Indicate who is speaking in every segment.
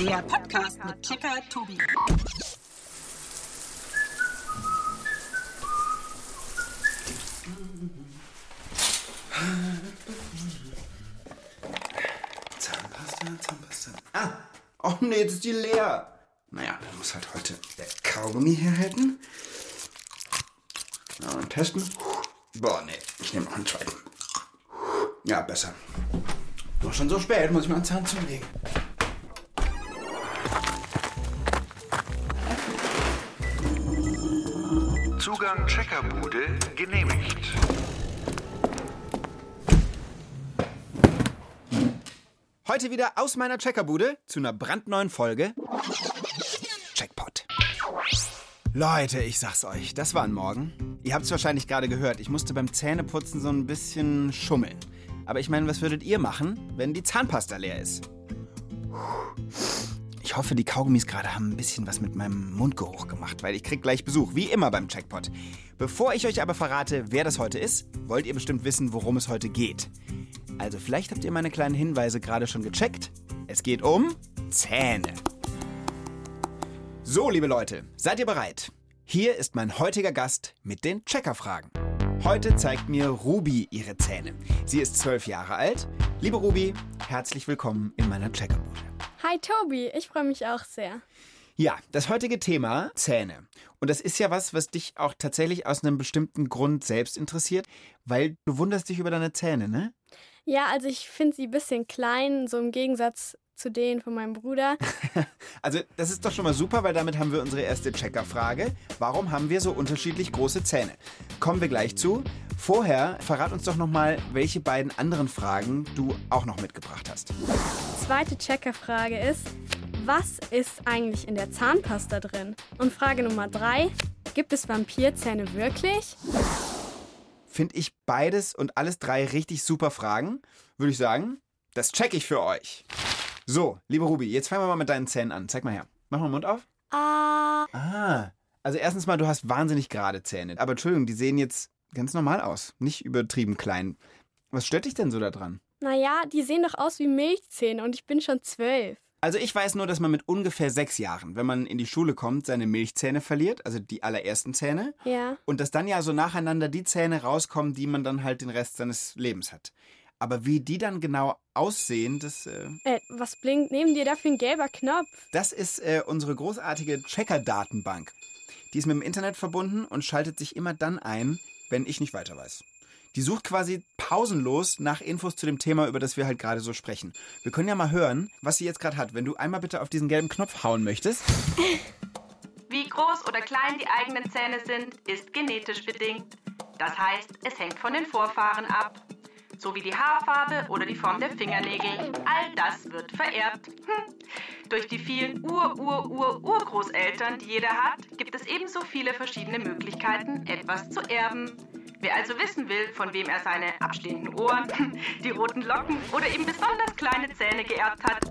Speaker 1: Der Podcast mit Checker Tobi.
Speaker 2: Zahnpasta, Zahnpasta. Ah, oh nee, jetzt ist die leer. Naja, dann muss halt heute der Kaugummi herhalten. Na, und testen. Boah, nee, ich nehme noch einen zweiten. Ja, besser. Doch schon so spät, muss ich mal einen Zahn zulegen.
Speaker 3: Zugang Checkerbude genehmigt.
Speaker 2: Heute wieder aus meiner Checkerbude zu einer brandneuen Folge Checkpot. Leute, ich sag's euch, das war ein Morgen. Ihr habt's wahrscheinlich gerade gehört, ich musste beim Zähneputzen so ein bisschen schummeln. Aber ich meine, was würdet ihr machen, wenn die Zahnpasta leer ist? Ich hoffe, die Kaugummis gerade haben ein bisschen was mit meinem Mundgeruch gemacht, weil ich krieg gleich Besuch, wie immer beim Checkpot. Bevor ich euch aber verrate, wer das heute ist, wollt ihr bestimmt wissen, worum es heute geht. Also vielleicht habt ihr meine kleinen Hinweise gerade schon gecheckt. Es geht um Zähne. So, liebe Leute, seid ihr bereit? Hier ist mein heutiger Gast mit den Checkerfragen. Heute zeigt mir Ruby ihre Zähne. Sie ist zwölf Jahre alt. Liebe Ruby, herzlich willkommen in meiner Checkerbude.
Speaker 4: Hi Tobi, ich freue mich auch sehr.
Speaker 2: Ja, das heutige Thema Zähne. Und das ist ja was, was dich auch tatsächlich aus einem bestimmten Grund selbst interessiert, weil du wunderst dich über deine Zähne, ne?
Speaker 4: Ja, also ich finde sie ein bisschen klein, so im Gegensatz zu denen von meinem Bruder.
Speaker 2: Also, das ist doch schon mal super, weil damit haben wir unsere erste Checkerfrage. Warum haben wir so unterschiedlich große Zähne? Kommen wir gleich zu. Vorher verrat uns doch nochmal, welche beiden anderen Fragen du auch noch mitgebracht hast.
Speaker 4: Zweite Checkerfrage ist, was ist eigentlich in der Zahnpasta drin? Und Frage Nummer drei, gibt es Vampirzähne wirklich?
Speaker 2: Finde ich beides und alles drei richtig super Fragen. Würde ich sagen, das check ich für euch. So, liebe Ruby, jetzt fangen wir mal mit deinen Zähnen an. Zeig mal her. Mach mal den Mund auf.
Speaker 4: Ah,
Speaker 2: Ah, also erstens mal, du hast wahnsinnig gerade Zähne. Aber Entschuldigung, die sehen jetzt ganz normal aus. Nicht übertrieben klein. Was stört dich denn so daran?
Speaker 4: naja, die sehen doch aus wie Milchzähne und ich bin schon zwölf.
Speaker 2: Also ich weiß nur, dass man mit ungefähr sechs Jahren, wenn man in die Schule kommt, seine Milchzähne verliert, also die allerersten Zähne.
Speaker 4: Ja.
Speaker 2: Und dass dann ja so nacheinander die Zähne rauskommen, die man dann halt den Rest seines Lebens hat. Aber wie die dann genau aussehen, das, äh,
Speaker 4: Äh, was blinkt neben dir dafür ein gelber Knopf?
Speaker 2: das ist äh, unsere großartige Checker-Datenbank. Die ist mit dem Internet verbunden und schaltet sich immer dann ein, wenn ich nicht weiter weiß. Die sucht quasi pausenlos nach Infos zu dem Thema, über das wir halt gerade so sprechen. Wir können ja mal hören, was sie jetzt gerade hat. Wenn du einmal bitte auf diesen gelben Knopf hauen möchtest.
Speaker 5: Wie groß oder klein die eigenen Zähne sind, ist genetisch bedingt. Das heißt, es hängt von den Vorfahren ab. So wie die Haarfarbe oder die Form der Fingernägel. All das wird vererbt. Hm. Durch die vielen Ur-Ur-Ur-Urgroßeltern, die jeder hat, gibt es ebenso viele verschiedene Möglichkeiten, etwas zu erben. Wer also wissen will, von wem er seine abstehenden Ohren, die roten Locken oder eben besonders kleine Zähne geerbt hat,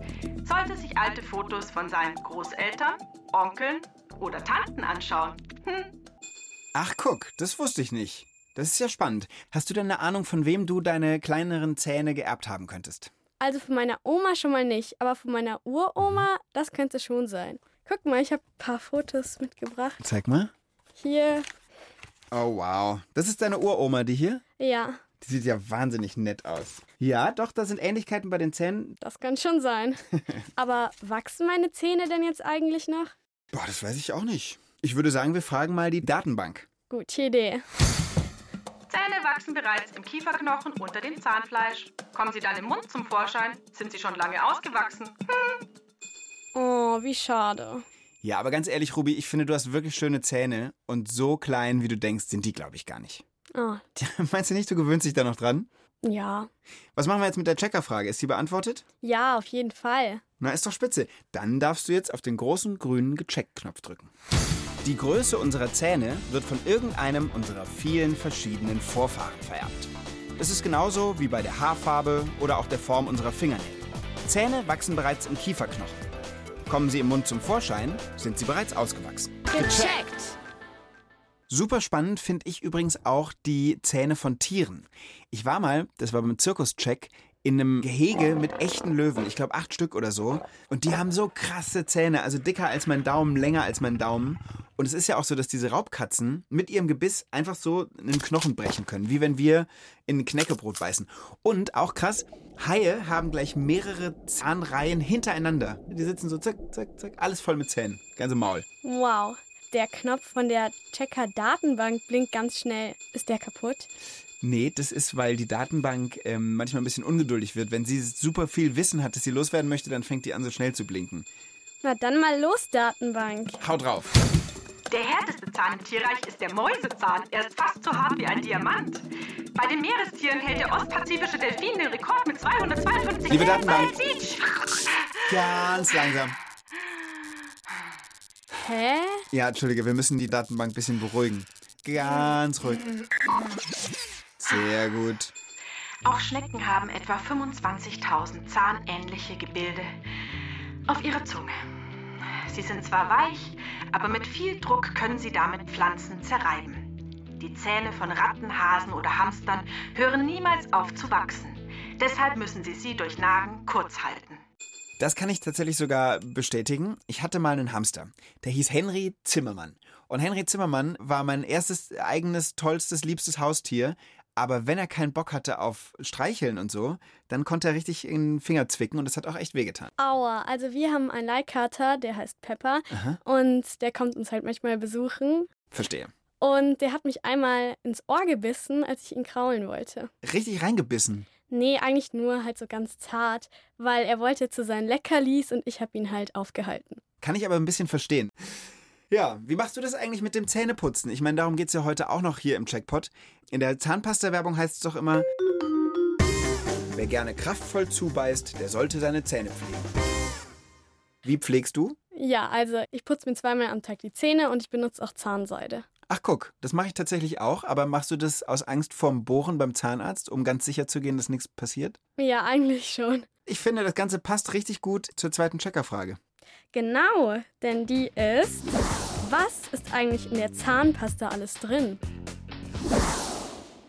Speaker 5: sollte sich alte Fotos von seinen Großeltern, Onkeln oder Tanten anschauen.
Speaker 2: Ach guck, das wusste ich nicht. Das ist ja spannend. Hast du denn eine Ahnung, von wem du deine kleineren Zähne geerbt haben könntest?
Speaker 4: Also von meiner Oma schon mal nicht, aber von meiner Uroma, das könnte schon sein. Guck mal, ich habe ein paar Fotos mitgebracht.
Speaker 2: Zeig mal.
Speaker 4: Hier,
Speaker 2: Oh wow. Das ist deine Uroma, die hier?
Speaker 4: ja,
Speaker 2: Die sieht ja wahnsinnig nett aus. Ja, doch, da sind Ähnlichkeiten bei den Zähnen.
Speaker 4: das kann schon sein. Aber wachsen meine Zähne denn jetzt eigentlich noch?
Speaker 2: Boah, das weiß ich auch nicht. Ich würde sagen, wir fragen mal die Datenbank.
Speaker 4: Gute Idee.
Speaker 5: Zähne wachsen bereits im Kieferknochen unter dem Zahnfleisch. Kommen sie dann im Mund zum Vorschein, sind sie schon lange ausgewachsen.
Speaker 4: Oh, wie schade.
Speaker 2: Ja, aber ganz ehrlich, Ruby, ich finde, du hast wirklich schöne Zähne und so klein, wie du denkst, sind die, glaube ich, gar nicht.
Speaker 4: Ah,
Speaker 2: Tja, meinst du nicht, du gewöhnst dich da noch dran?
Speaker 4: ja.
Speaker 2: Was machen wir jetzt mit der Checkerfrage? Ist die beantwortet?
Speaker 4: Ja, auf jeden Fall.
Speaker 2: Na, ist doch spitze. Dann darfst du jetzt auf den großen grünen Gecheckt-Knopf drücken. Die Größe unserer Zähne wird von irgendeinem unserer vielen verschiedenen Vorfahren vererbt. Das ist genauso wie bei der Haarfarbe oder auch der Form unserer Fingernägel. Zähne wachsen bereits im Kieferknochen. Kommen sie im Mund zum Vorschein, sind sie bereits ausgewachsen.
Speaker 4: Gecheckt.
Speaker 2: Super spannend finde ich übrigens auch die Zähne von Tieren. Ich war mal, das war beim Zirkuscheck, in einem Gehege mit echten Löwen, ich glaube acht Stück oder so. Und die haben so krasse Zähne, also dicker als mein Daumen, länger als mein Daumen. Und es ist ja auch so, dass diese Raubkatzen mit ihrem Gebiss einfach so einen Knochen brechen können, wie wenn wir in ein Knäckebrot beißen. Und auch krass, Haie haben gleich mehrere Zahnreihen hintereinander. Die sitzen so zack, zack, zack, alles voll mit Zähnen, ganze Maul.
Speaker 4: Wow, der Knopf von der Checker-Datenbank blinkt ganz schnell. Ist der kaputt?
Speaker 2: Nee, das ist, weil die Datenbank ähm, manchmal ein bisschen ungeduldig wird. Wenn sie super viel Wissen hat, das sie loswerden möchte, dann fängt die an, so schnell zu blinken.
Speaker 4: Na dann mal los, Datenbank.
Speaker 2: Hau drauf.
Speaker 5: Der härteste Zahn im Tierreich ist der Mäusezahn. Er ist fast so hart wie ein Diamant. Bei den Meerestieren hält der ostpazifische Delfin den Rekord mit
Speaker 2: Liebe
Speaker 5: 252 Zähnen bei
Speaker 2: Datenbank.
Speaker 5: Beach.
Speaker 2: Ganz langsam.
Speaker 4: Hä?
Speaker 2: Ja, Entschuldige, wir müssen die Datenbank ein bisschen beruhigen. Ganz ruhig. Sehr gut.
Speaker 5: Auch Schnecken haben etwa 25.000 zahnähnliche Gebilde auf ihrer Zunge. Sie sind zwar weich, aber mit viel Druck können sie damit Pflanzen zerreiben. Die Zähne von Ratten, Hasen oder Hamstern hören niemals auf zu wachsen. Deshalb müssen sie sie durch Nagen kurz halten.
Speaker 2: Das kann ich tatsächlich sogar bestätigen. Ich hatte mal einen Hamster. Der hieß Henry Zimmermann. Und Henry Zimmermann war mein erstes eigenes, tollstes, liebstes Haustier. Aber wenn er keinen Bock hatte auf Streicheln und so, dann konnte er richtig in den Finger zwicken und das hat auch echt wehgetan.
Speaker 4: Aua, also wir haben einen Leihkater, der heißt Pepper. Und der kommt uns halt manchmal besuchen.
Speaker 2: Verstehe.
Speaker 4: Und der hat mich einmal ins Ohr gebissen, als ich ihn kraulen wollte.
Speaker 2: Richtig reingebissen.
Speaker 4: Nee, eigentlich nur halt so ganz zart, weil er wollte zu seinen Leckerlis und ich habe ihn halt aufgehalten.
Speaker 2: Kann ich aber ein bisschen verstehen. Ja, wie machst du das eigentlich mit dem Zähneputzen? Ich meine, darum geht es ja heute auch noch hier im Checkpot. In der Zahnpasta-Werbung heißt es doch immer: Wer gerne kraftvoll zubeißt, der sollte seine Zähne pflegen. Wie pflegst du?
Speaker 4: Ja, also ich putze mir zweimal am Tag die Zähne und ich benutze auch Zahnseide.
Speaker 2: Ach, guck, das mache ich tatsächlich auch, aber machst du das aus Angst vorm Bohren beim Zahnarzt, um ganz sicher zu gehen, dass nichts passiert?
Speaker 4: Ja, eigentlich schon.
Speaker 2: Ich finde, das Ganze passt richtig gut zur zweiten Checkerfrage.
Speaker 4: Genau, denn die ist. Was ist eigentlich in der Zahnpasta alles drin?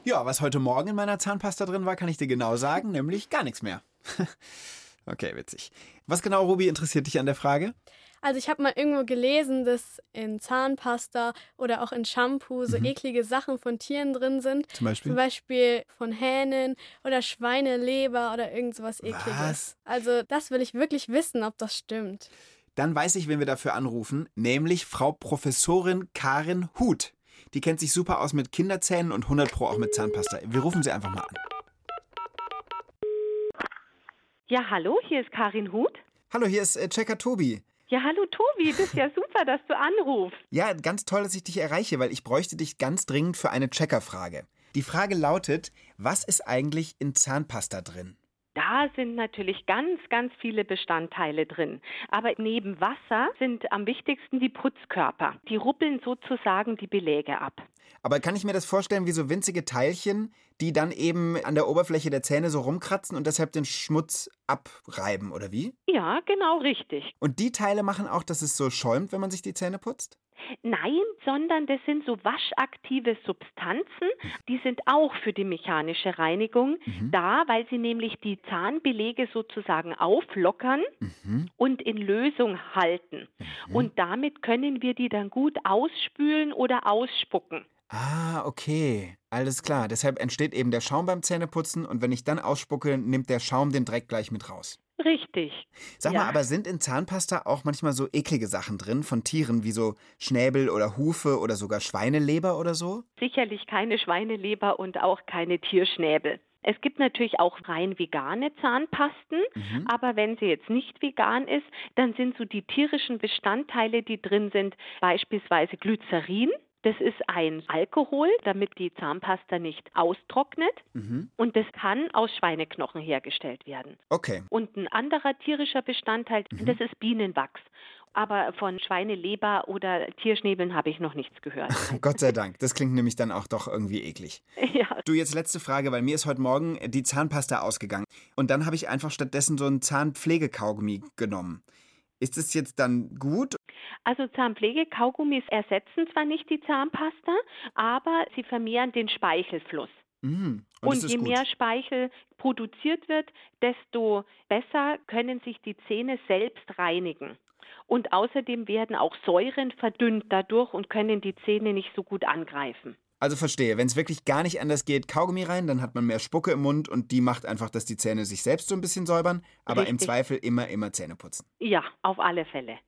Speaker 2: Ja, was heute Morgen in meiner Zahnpasta drin war, kann ich dir genau sagen, nämlich gar nichts mehr. okay, witzig. Was genau, Ruby, interessiert dich an der Frage?
Speaker 4: Also ich habe mal irgendwo gelesen, dass in Zahnpasta oder auch in Shampoo so eklige Sachen von Tieren drin sind.
Speaker 2: Mhm. Zum Beispiel?
Speaker 4: Zum Beispiel von Hähnen oder Schweineleber oder irgend sowas ekliges.
Speaker 2: Was?
Speaker 4: Also das will ich wirklich wissen, ob das stimmt.
Speaker 2: Dann weiß ich, wen wir dafür anrufen, nämlich Frau Professorin Karin Huth. Die kennt sich super aus mit Kinderzähnen und 100 Pro auch mit Zahnpasta. Wir rufen sie einfach mal an.
Speaker 6: Ja, hallo, hier ist Karin Huth.
Speaker 2: Hallo, hier ist äh, Checker Tobi.
Speaker 6: Ja, hallo Tobi, das ist ja super, dass du anrufst.
Speaker 2: Ja, ganz toll, dass ich dich erreiche, weil ich bräuchte dich ganz dringend für eine Checkerfrage. Die Frage lautet, was ist eigentlich in Zahnpasta drin?
Speaker 6: Da sind natürlich ganz, ganz viele Bestandteile drin. Aber neben Wasser sind am wichtigsten die Putzkörper. Die ruppeln sozusagen die Beläge ab.
Speaker 2: Aber kann ich mir das vorstellen wie so winzige Teilchen, die dann eben an der Oberfläche der Zähne so rumkratzen und deshalb den Schmutz abreiben, oder wie?
Speaker 6: Ja, genau richtig.
Speaker 2: Und die Teile machen auch, dass es so schäumt, wenn man sich die Zähne putzt?
Speaker 6: Nein, sondern das sind so waschaktive Substanzen.
Speaker 2: Mhm.
Speaker 6: Die sind auch für die mechanische Reinigung da, weil sie nämlich die Zahnbelege sozusagen auflockern
Speaker 2: Mhm.
Speaker 6: und in Lösung halten. Und damit können wir die dann gut ausspülen oder ausspucken.
Speaker 2: Ah, okay. Alles klar. Deshalb entsteht eben der Schaum beim Zähneputzen und wenn ich dann ausspucke, nimmt der Schaum den Dreck gleich mit raus.
Speaker 6: Richtig.
Speaker 2: Sag
Speaker 6: Ja.
Speaker 2: mal, aber sind in Zahnpasta auch manchmal so eklige Sachen drin von Tieren wie so Schnäbel oder Hufe oder sogar Schweineleber oder so?
Speaker 6: Sicherlich keine Schweineleber und auch keine Tierschnäbel. Es gibt natürlich auch rein vegane Zahnpasten, aber wenn sie jetzt nicht vegan ist, dann sind so die tierischen Bestandteile, die drin sind, beispielsweise Glycerin. Das ist ein Alkohol, damit die Zahnpasta nicht austrocknet. Und das kann aus Schweineknochen hergestellt werden.
Speaker 2: Okay.
Speaker 6: Und ein anderer tierischer Bestandteil, das ist Bienenwachs. Aber von Schweineleber oder Tierschnäbeln habe ich noch nichts gehört.
Speaker 2: Gott sei Dank. Das klingt nämlich dann auch doch irgendwie eklig.
Speaker 6: ja,
Speaker 2: Du, jetzt letzte Frage, weil mir ist heute Morgen die Zahnpasta ausgegangen. Und dann habe ich einfach stattdessen so einen Zahnpflegekaugummi genommen. Ist es jetzt dann gut?
Speaker 6: Also Zahnpflegekaugummis ersetzen zwar nicht die Zahnpasta, aber sie vermehren den Speichelfluss.
Speaker 2: Mhm. Und,
Speaker 6: Und
Speaker 2: das ist
Speaker 6: je
Speaker 2: gut.
Speaker 6: mehr Speichel produziert wird, desto besser können sich die Zähne selbst reinigen. Und außerdem werden auch Säuren verdünnt dadurch und können die Zähne nicht so gut angreifen.
Speaker 2: Also verstehe, wenn es wirklich gar nicht anders geht, Kaugummi rein, dann hat man mehr Spucke im Mund und die macht einfach, dass die Zähne sich selbst so ein bisschen säubern, aber im
Speaker 6: Richtig.
Speaker 2: Zweifel immer, immer Zähne putzen.
Speaker 6: Ja, auf alle Fälle.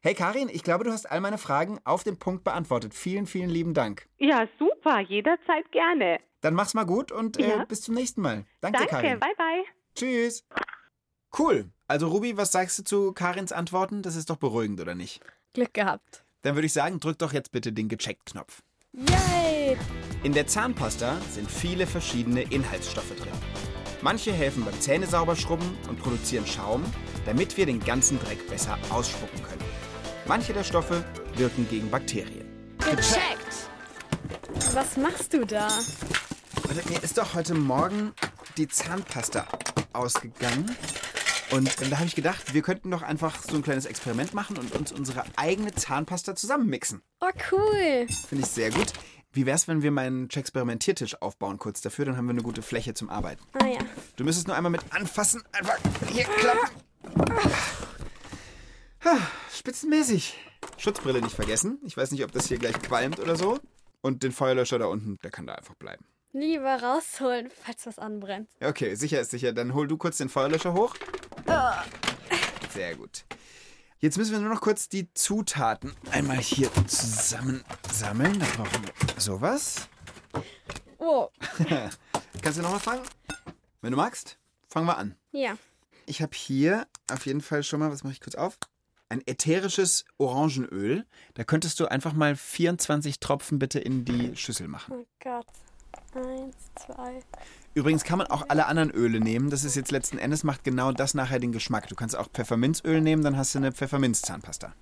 Speaker 2: Hey Karin, ich glaube, du hast all meine Fragen auf den Punkt beantwortet. Vielen, vielen lieben Dank.
Speaker 6: Ja, super, jederzeit gerne.
Speaker 2: Dann mach's mal gut und äh,
Speaker 6: Ja.
Speaker 2: bis zum nächsten Mal. Danke,
Speaker 6: Danke,
Speaker 2: Karin.
Speaker 6: bye bye.
Speaker 2: Tschüss. Cool. Also Ruby, was sagst du zu Karins Antworten? Das ist doch beruhigend, oder nicht?
Speaker 4: Glück gehabt.
Speaker 2: Dann würde ich sagen, drück doch jetzt bitte den Gecheckt-Knopf.
Speaker 4: Yay!
Speaker 2: In der Zahnpasta sind viele verschiedene Inhaltsstoffe drin. Manche helfen beim Zähnesauberschrubben und produzieren Schaum, damit wir den ganzen Dreck besser ausspucken können. Manche der Stoffe wirken gegen Bakterien.
Speaker 4: Gecheckt! Was machst du da?
Speaker 2: Warte, mir ist doch heute Morgen die Zahnpasta ausgegangen. Und da habe ich gedacht, wir könnten doch einfach so ein kleines Experiment machen und uns unsere eigene Zahnpasta zusammenmixen.
Speaker 4: Oh, cool.
Speaker 2: Finde ich sehr gut. Wie wär's, wenn wir meinen Experimentiertisch aufbauen kurz dafür? Dann haben wir eine gute Fläche zum Arbeiten.
Speaker 4: Ah ja.
Speaker 2: Du müsstest nur einmal mit anfassen. Einfach hier klappen. Ah, Spitzenmäßig. Schutzbrille nicht vergessen. Ich weiß nicht, ob das hier gleich qualmt oder so. Und den Feuerlöscher da unten, der kann da einfach bleiben.
Speaker 4: Lieber rausholen, falls was anbrennt.
Speaker 2: Okay, sicher ist sicher. Dann hol du kurz den Feuerlöscher hoch. Sehr gut. Jetzt müssen wir nur noch kurz die Zutaten einmal hier zusammensammeln. Da brauchen wir sowas.
Speaker 4: Oh.
Speaker 2: Kannst du nochmal fangen? Wenn du magst, fangen wir an.
Speaker 4: Ja.
Speaker 2: Ich habe hier auf jeden Fall schon mal, was mache ich kurz auf? Ein ätherisches Orangenöl. Da könntest du einfach mal 24 Tropfen bitte in die Schüssel machen.
Speaker 4: Oh Gott. Eins, zwei.
Speaker 2: Übrigens kann man auch alle anderen Öle nehmen. Das ist jetzt letzten Endes, macht genau das nachher den Geschmack. Du kannst auch Pfefferminzöl nehmen, dann hast du eine Pfefferminzzahnpasta.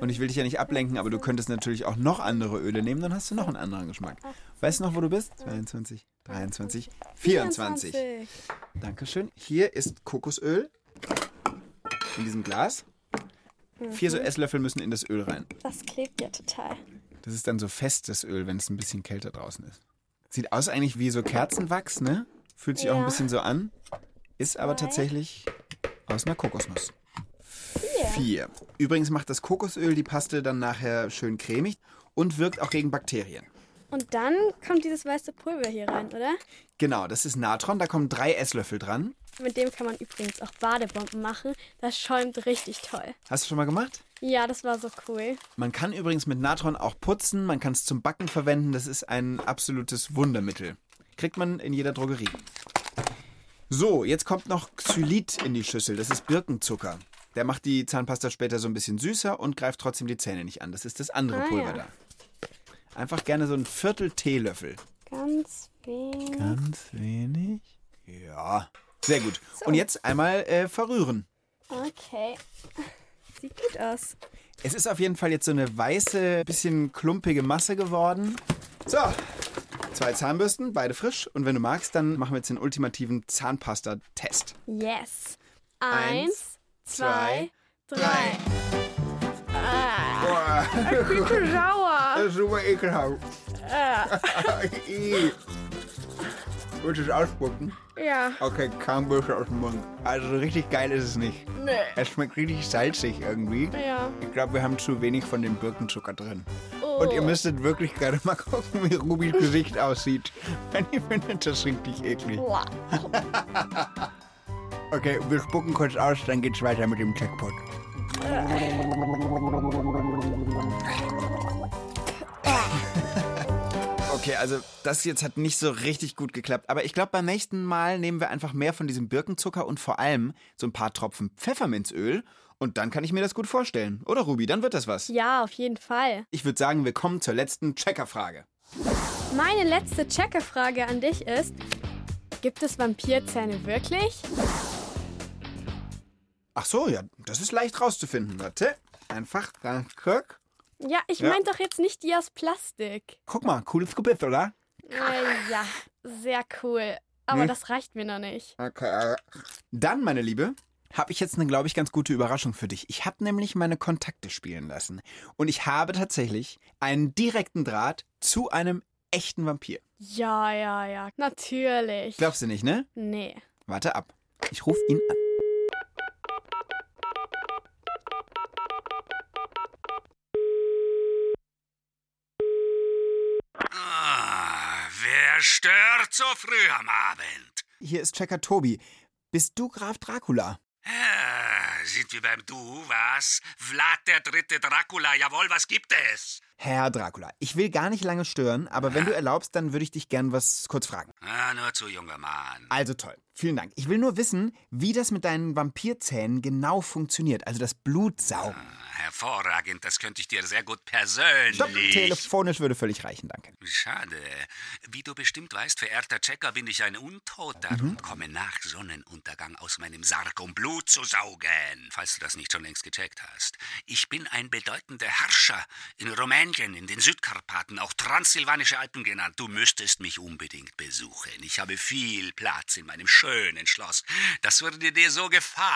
Speaker 2: Und ich will dich ja nicht ablenken, aber du könntest natürlich auch noch andere Öle nehmen, dann hast du noch einen anderen Geschmack. Weißt du noch, wo du bist? 22, 23, 24.
Speaker 4: 24.
Speaker 2: Dankeschön. Hier ist Kokosöl in diesem Glas. Vier so Esslöffel müssen in das Öl rein.
Speaker 4: Das klebt ja total.
Speaker 2: Das ist dann so festes Öl, wenn es ein bisschen kälter draußen ist. Sieht aus eigentlich wie so Kerzenwachs, ne? Fühlt sich auch ein
Speaker 4: Ja.
Speaker 2: bisschen so an. Ist aber tatsächlich aus einer Kokosnuss. Vier. Übrigens macht das Kokosöl die Paste dann nachher schön cremig und wirkt auch gegen Bakterien.
Speaker 4: Und dann kommt dieses weiße Pulver hier rein, oder?
Speaker 2: Genau, das ist Natron. Da kommen drei Esslöffel dran.
Speaker 4: Mit dem kann man übrigens auch Badebomben machen. Das schäumt richtig toll.
Speaker 2: Hast du schon mal gemacht?
Speaker 4: Ja, das war so cool.
Speaker 2: Man kann übrigens mit Natron auch putzen, man kann es zum Backen verwenden, das ist ein absolutes Wundermittel. Kriegt man in jeder Drogerie. So, jetzt kommt noch Xylit in die Schüssel, das ist Birkenzucker. Der macht die Zahnpasta später so ein bisschen süßer und greift trotzdem die Zähne nicht an. Das ist das andere
Speaker 4: Ah,
Speaker 2: Pulver
Speaker 4: ja.
Speaker 2: da. Einfach gerne so ein Viertel Teelöffel.
Speaker 4: Ganz wenig.
Speaker 2: Ganz wenig. Ja, sehr gut. Und jetzt einmal äh, verrühren.
Speaker 4: Okay. Sieht gut aus.
Speaker 2: Es ist auf jeden Fall jetzt so eine weiße, bisschen klumpige Masse geworden. So, zwei Zahnbürsten, beide frisch. Und wenn du magst, dann machen wir jetzt den ultimativen Zahnpasta-Test.
Speaker 4: Yes.
Speaker 2: Eins,
Speaker 4: Eins,
Speaker 2: zwei,
Speaker 4: zwei, drei.
Speaker 2: Das ist super ekelhaft. Ah. Äh. Willst du es ausspucken?
Speaker 4: Ja.
Speaker 2: Okay, kam Bürsche aus dem Mund. Also so richtig geil ist es nicht. Nee. Es schmeckt richtig salzig irgendwie.
Speaker 4: Ja.
Speaker 2: Ich glaube, wir haben zu wenig von dem Birkenzucker drin.
Speaker 4: Oh.
Speaker 2: Und ihr müsstet wirklich gerade mal gucken, wie Rubis Gesicht aussieht. Wenn ihr findet, das richtig eklig.
Speaker 4: Boah.
Speaker 2: Okay, wir spucken kurz aus, dann geht's weiter mit dem Checkpot. Okay, also das jetzt hat nicht so richtig gut geklappt. Aber ich glaube, beim nächsten Mal nehmen wir einfach mehr von diesem Birkenzucker und vor allem so ein paar Tropfen Pfefferminzöl. Und dann kann ich mir das gut vorstellen. Oder Ruby, dann wird das was.
Speaker 4: Ja, auf jeden Fall.
Speaker 2: Ich würde sagen, wir kommen zur letzten Checkerfrage.
Speaker 4: Meine letzte Checkerfrage an dich ist: Gibt es Vampirzähne wirklich?
Speaker 2: Ach so, ja, das ist leicht rauszufinden. Warte, einfach ganz kurz.
Speaker 4: Ja, ich
Speaker 2: Ja.
Speaker 4: meine doch jetzt nicht die aus Plastik.
Speaker 2: Guck mal, cooles Gebiss, oder?
Speaker 4: Äh, ja, sehr cool. Aber
Speaker 2: Hm.
Speaker 4: das reicht mir noch nicht.
Speaker 2: Okay. Dann, meine Liebe, habe ich jetzt eine, glaube ich, ganz gute Überraschung für dich. Ich habe nämlich meine Kontakte spielen lassen. Und ich habe tatsächlich einen direkten Draht zu einem echten Vampir.
Speaker 4: Ja, ja, ja. Natürlich.
Speaker 2: Glaubst du nicht, ne?
Speaker 4: Nee.
Speaker 2: Warte ab. Ich rufe ihn an.
Speaker 7: Ah, wer stört so früh am Abend?
Speaker 2: Hier ist Checker Tobi. Bist du Graf Dracula?
Speaker 7: Ah, sind wir beim Du, was? Vlad der dritte Dracula, jawohl, was gibt es?
Speaker 2: Herr Dracula, ich will gar nicht lange stören, aber wenn du erlaubst, dann würde ich dich gern was kurz fragen.
Speaker 7: Ah, nur zu junger Mann.
Speaker 2: Also toll. Vielen Dank. Ich will nur wissen, wie das mit deinen Vampirzähnen genau funktioniert. Also das Blutsaugen.
Speaker 7: Ah, Hervorragend, das könnte ich dir sehr gut persönlich.
Speaker 2: Stopp, telefonisch würde völlig reichen, danke.
Speaker 7: Schade. Wie du bestimmt weißt, verehrter Checker, bin ich ein Untoter und komme nach Sonnenuntergang aus meinem Sarg, um Blut zu saugen. Falls du das nicht schon längst gecheckt hast. Ich bin ein bedeutender Herrscher in Rumänien, in den Südkarpaten, auch Transsilvanische Alpen genannt. Du müsstest mich unbedingt besuchen. Ich habe viel Platz in meinem schönen Schloss. Das würde dir so gefallen.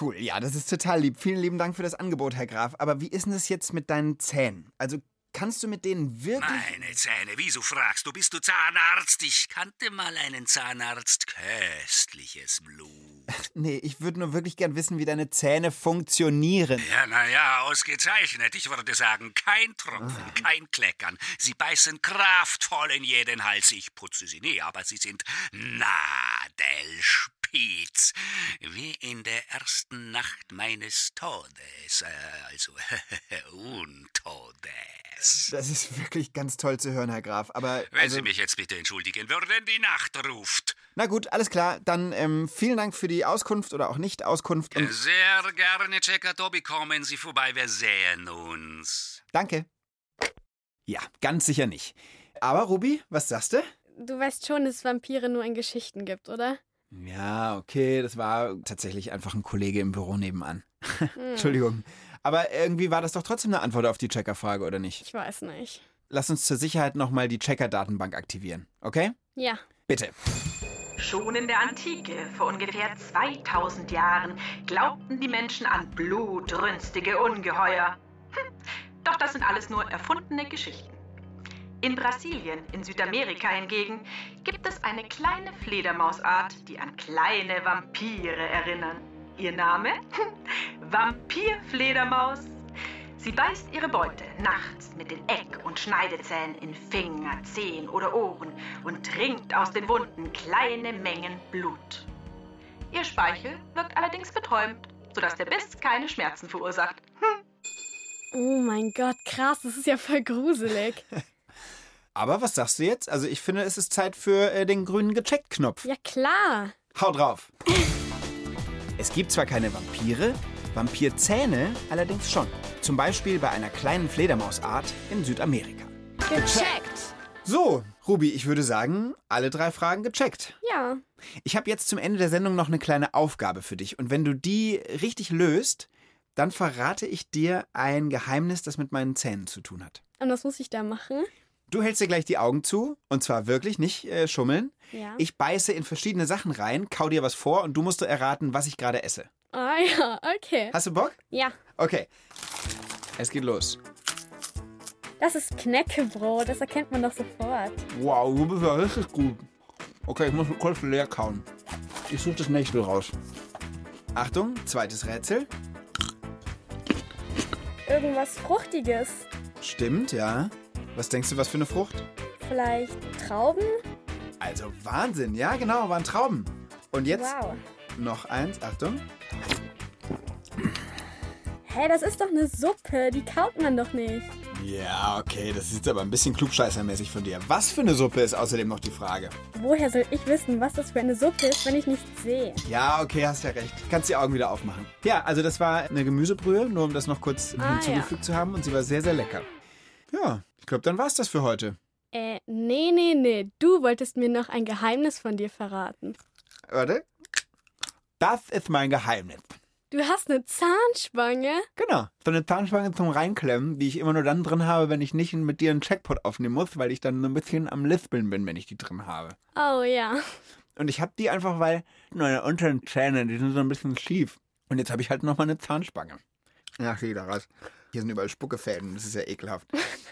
Speaker 2: Cool, ja, das ist total lieb. Vielen lieben Dank für das Angebot, Herr Graf. Aber wie ist denn das jetzt mit deinen Zähnen? Also kannst du mit denen wirklich...
Speaker 7: Meine Zähne, wieso fragst du? Bist du Zahnarzt? Ich kannte mal einen Zahnarzt. Köstliches Blut.
Speaker 2: Nee, ich würde nur wirklich gern wissen, wie deine Zähne funktionieren.
Speaker 7: Ja, naja, ausgezeichnet. Ich würde sagen, kein Tropfen, kein Kleckern. Sie beißen kraftvoll in jeden Hals. Ich putze sie nie, aber sie sind nadelspitz. Wie in der ersten Nacht meines Todes. Äh, also, Untodes.
Speaker 2: Das ist wirklich ganz toll zu hören, Herr Graf. Aber
Speaker 7: Wenn
Speaker 2: also,
Speaker 7: Sie mich jetzt bitte entschuldigen würden, die Nacht ruft.
Speaker 2: na gut, alles klar. Dann ähm, vielen Dank für die Auskunft oder auch nicht Auskunft und
Speaker 7: Sehr gerne, Checker Tobi, kommen Sie vorbei, wir sehen uns.
Speaker 2: danke. Ja, ganz sicher nicht. Aber Ruby, was sagst du?
Speaker 4: Du weißt schon, dass es Vampire nur in Geschichten gibt, oder?
Speaker 2: Ja, okay, das war tatsächlich einfach ein Kollege im Büro nebenan. Entschuldigung. Aber irgendwie war das doch trotzdem eine Antwort auf die Checkerfrage, oder nicht?
Speaker 4: Ich weiß nicht.
Speaker 2: Lass uns zur Sicherheit nochmal die Checker-Datenbank aktivieren, okay?
Speaker 4: Ja.
Speaker 2: Bitte.
Speaker 5: Schon in der Antike, vor ungefähr 2000 Jahren, glaubten die Menschen an blutrünstige Ungeheuer. Hm, Doch das sind alles nur erfundene Geschichten. In Brasilien, in Südamerika hingegen, gibt es eine kleine Fledermausart, die an kleine Vampire erinnern. Ihr Name? Hm, Vampirfledermaus. Sie beißt ihre Beute nachts mit den Eck- und Schneidezähnen in Finger, Zehen oder Ohren und trinkt aus den Wunden kleine Mengen Blut. Ihr Speichel wirkt allerdings betäubt, sodass der Biss keine Schmerzen verursacht.
Speaker 4: Oh mein Gott, krass, das ist ja voll gruselig.
Speaker 2: Aber was sagst du jetzt? Also ich finde, es ist Zeit für äh, den grünen Gecheckt-Knopf.
Speaker 4: Ja klar.
Speaker 2: Hau drauf. es gibt zwar keine Vampire, Vampirzähne allerdings schon. Zum Beispiel bei einer kleinen Fledermausart in Südamerika.
Speaker 4: Gecheckt.
Speaker 2: So, Ruby, ich würde sagen, alle drei Fragen gecheckt.
Speaker 4: Ja.
Speaker 2: Ich habe jetzt zum Ende der Sendung noch eine kleine Aufgabe für dich. Und wenn du die richtig löst, dann verrate ich dir ein Geheimnis, das mit meinen Zähnen zu tun hat.
Speaker 4: Und was muss ich da machen?
Speaker 2: Du hältst dir gleich die Augen zu, und zwar wirklich nicht äh, schummeln.
Speaker 4: Ja.
Speaker 2: Ich beiße in verschiedene Sachen rein, kau dir was vor und du musst erraten, was ich gerade esse.
Speaker 4: Ah ja, okay.
Speaker 2: Hast du Bock?
Speaker 4: Ja.
Speaker 2: Okay. Es geht los.
Speaker 4: Das ist Knäckebrot, das erkennt man doch sofort.
Speaker 2: Wow, du bist ja richtig gut. Okay, ich muss kurz leer kauen. Ich suche das nächste raus. Achtung, zweites Rätsel.
Speaker 4: Irgendwas Fruchtiges.
Speaker 2: Stimmt, ja. Was denkst du, was für eine Frucht?
Speaker 4: Vielleicht Trauben?
Speaker 2: Also Wahnsinn, ja genau, waren Trauben. Und jetzt
Speaker 4: Wow.
Speaker 2: noch eins, Achtung.
Speaker 4: Hä, das ist doch eine Suppe, die kaut man doch nicht.
Speaker 2: Ja, okay, das ist aber ein bisschen klugscheißermäßig von dir. Was für eine Suppe ist außerdem noch die Frage.
Speaker 4: Woher soll ich wissen, was das für eine Suppe ist, wenn ich nichts sehe?
Speaker 2: Ja, okay, hast ja recht. Kannst die Augen wieder aufmachen. Ja, also das war eine Gemüsebrühe, nur um das noch kurz
Speaker 4: Ah,
Speaker 2: hinzugefügt zu haben und sie war sehr, sehr lecker. Ja, ich glaube, dann war's das für heute.
Speaker 4: Äh, nee, nee, nee. Du wolltest mir noch ein Geheimnis von dir verraten.
Speaker 2: Warte. Das ist mein Geheimnis.
Speaker 4: Du hast eine Zahnspange?
Speaker 2: Genau. So eine Zahnspange zum Reinklemmen, die ich immer nur dann drin habe, wenn ich nicht mit dir einen Checkpot aufnehmen muss, weil ich dann so ein bisschen am Lispeln bin, wenn ich die drin habe.
Speaker 4: Oh ja.
Speaker 2: Und ich habe die einfach, weil meine unteren Zähne, die sind so ein bisschen schief. Und jetzt habe ich halt nochmal eine Zahnspange. Ja, steht da raus. Hier sind überall Spuckefäden, das ist ja ekelhaft.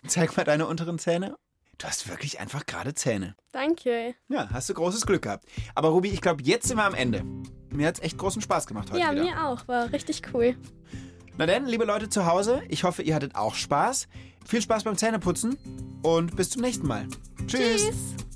Speaker 2: Zeig mal deine unteren Zähne. Du hast wirklich einfach gerade Zähne.
Speaker 4: Danke.
Speaker 2: Ja, hast du großes Glück gehabt. Aber Ruby, ich glaube, jetzt sind wir am Ende. Mir hat's echt großen Spaß gemacht heute
Speaker 4: Ja,
Speaker 2: wieder.
Speaker 4: mir auch. War richtig cool.
Speaker 2: Na denn, liebe Leute zu Hause, ich hoffe, ihr hattet auch Spaß. Viel Spaß beim Zähneputzen und bis zum nächsten Mal. Tschüss.
Speaker 4: Tschüss.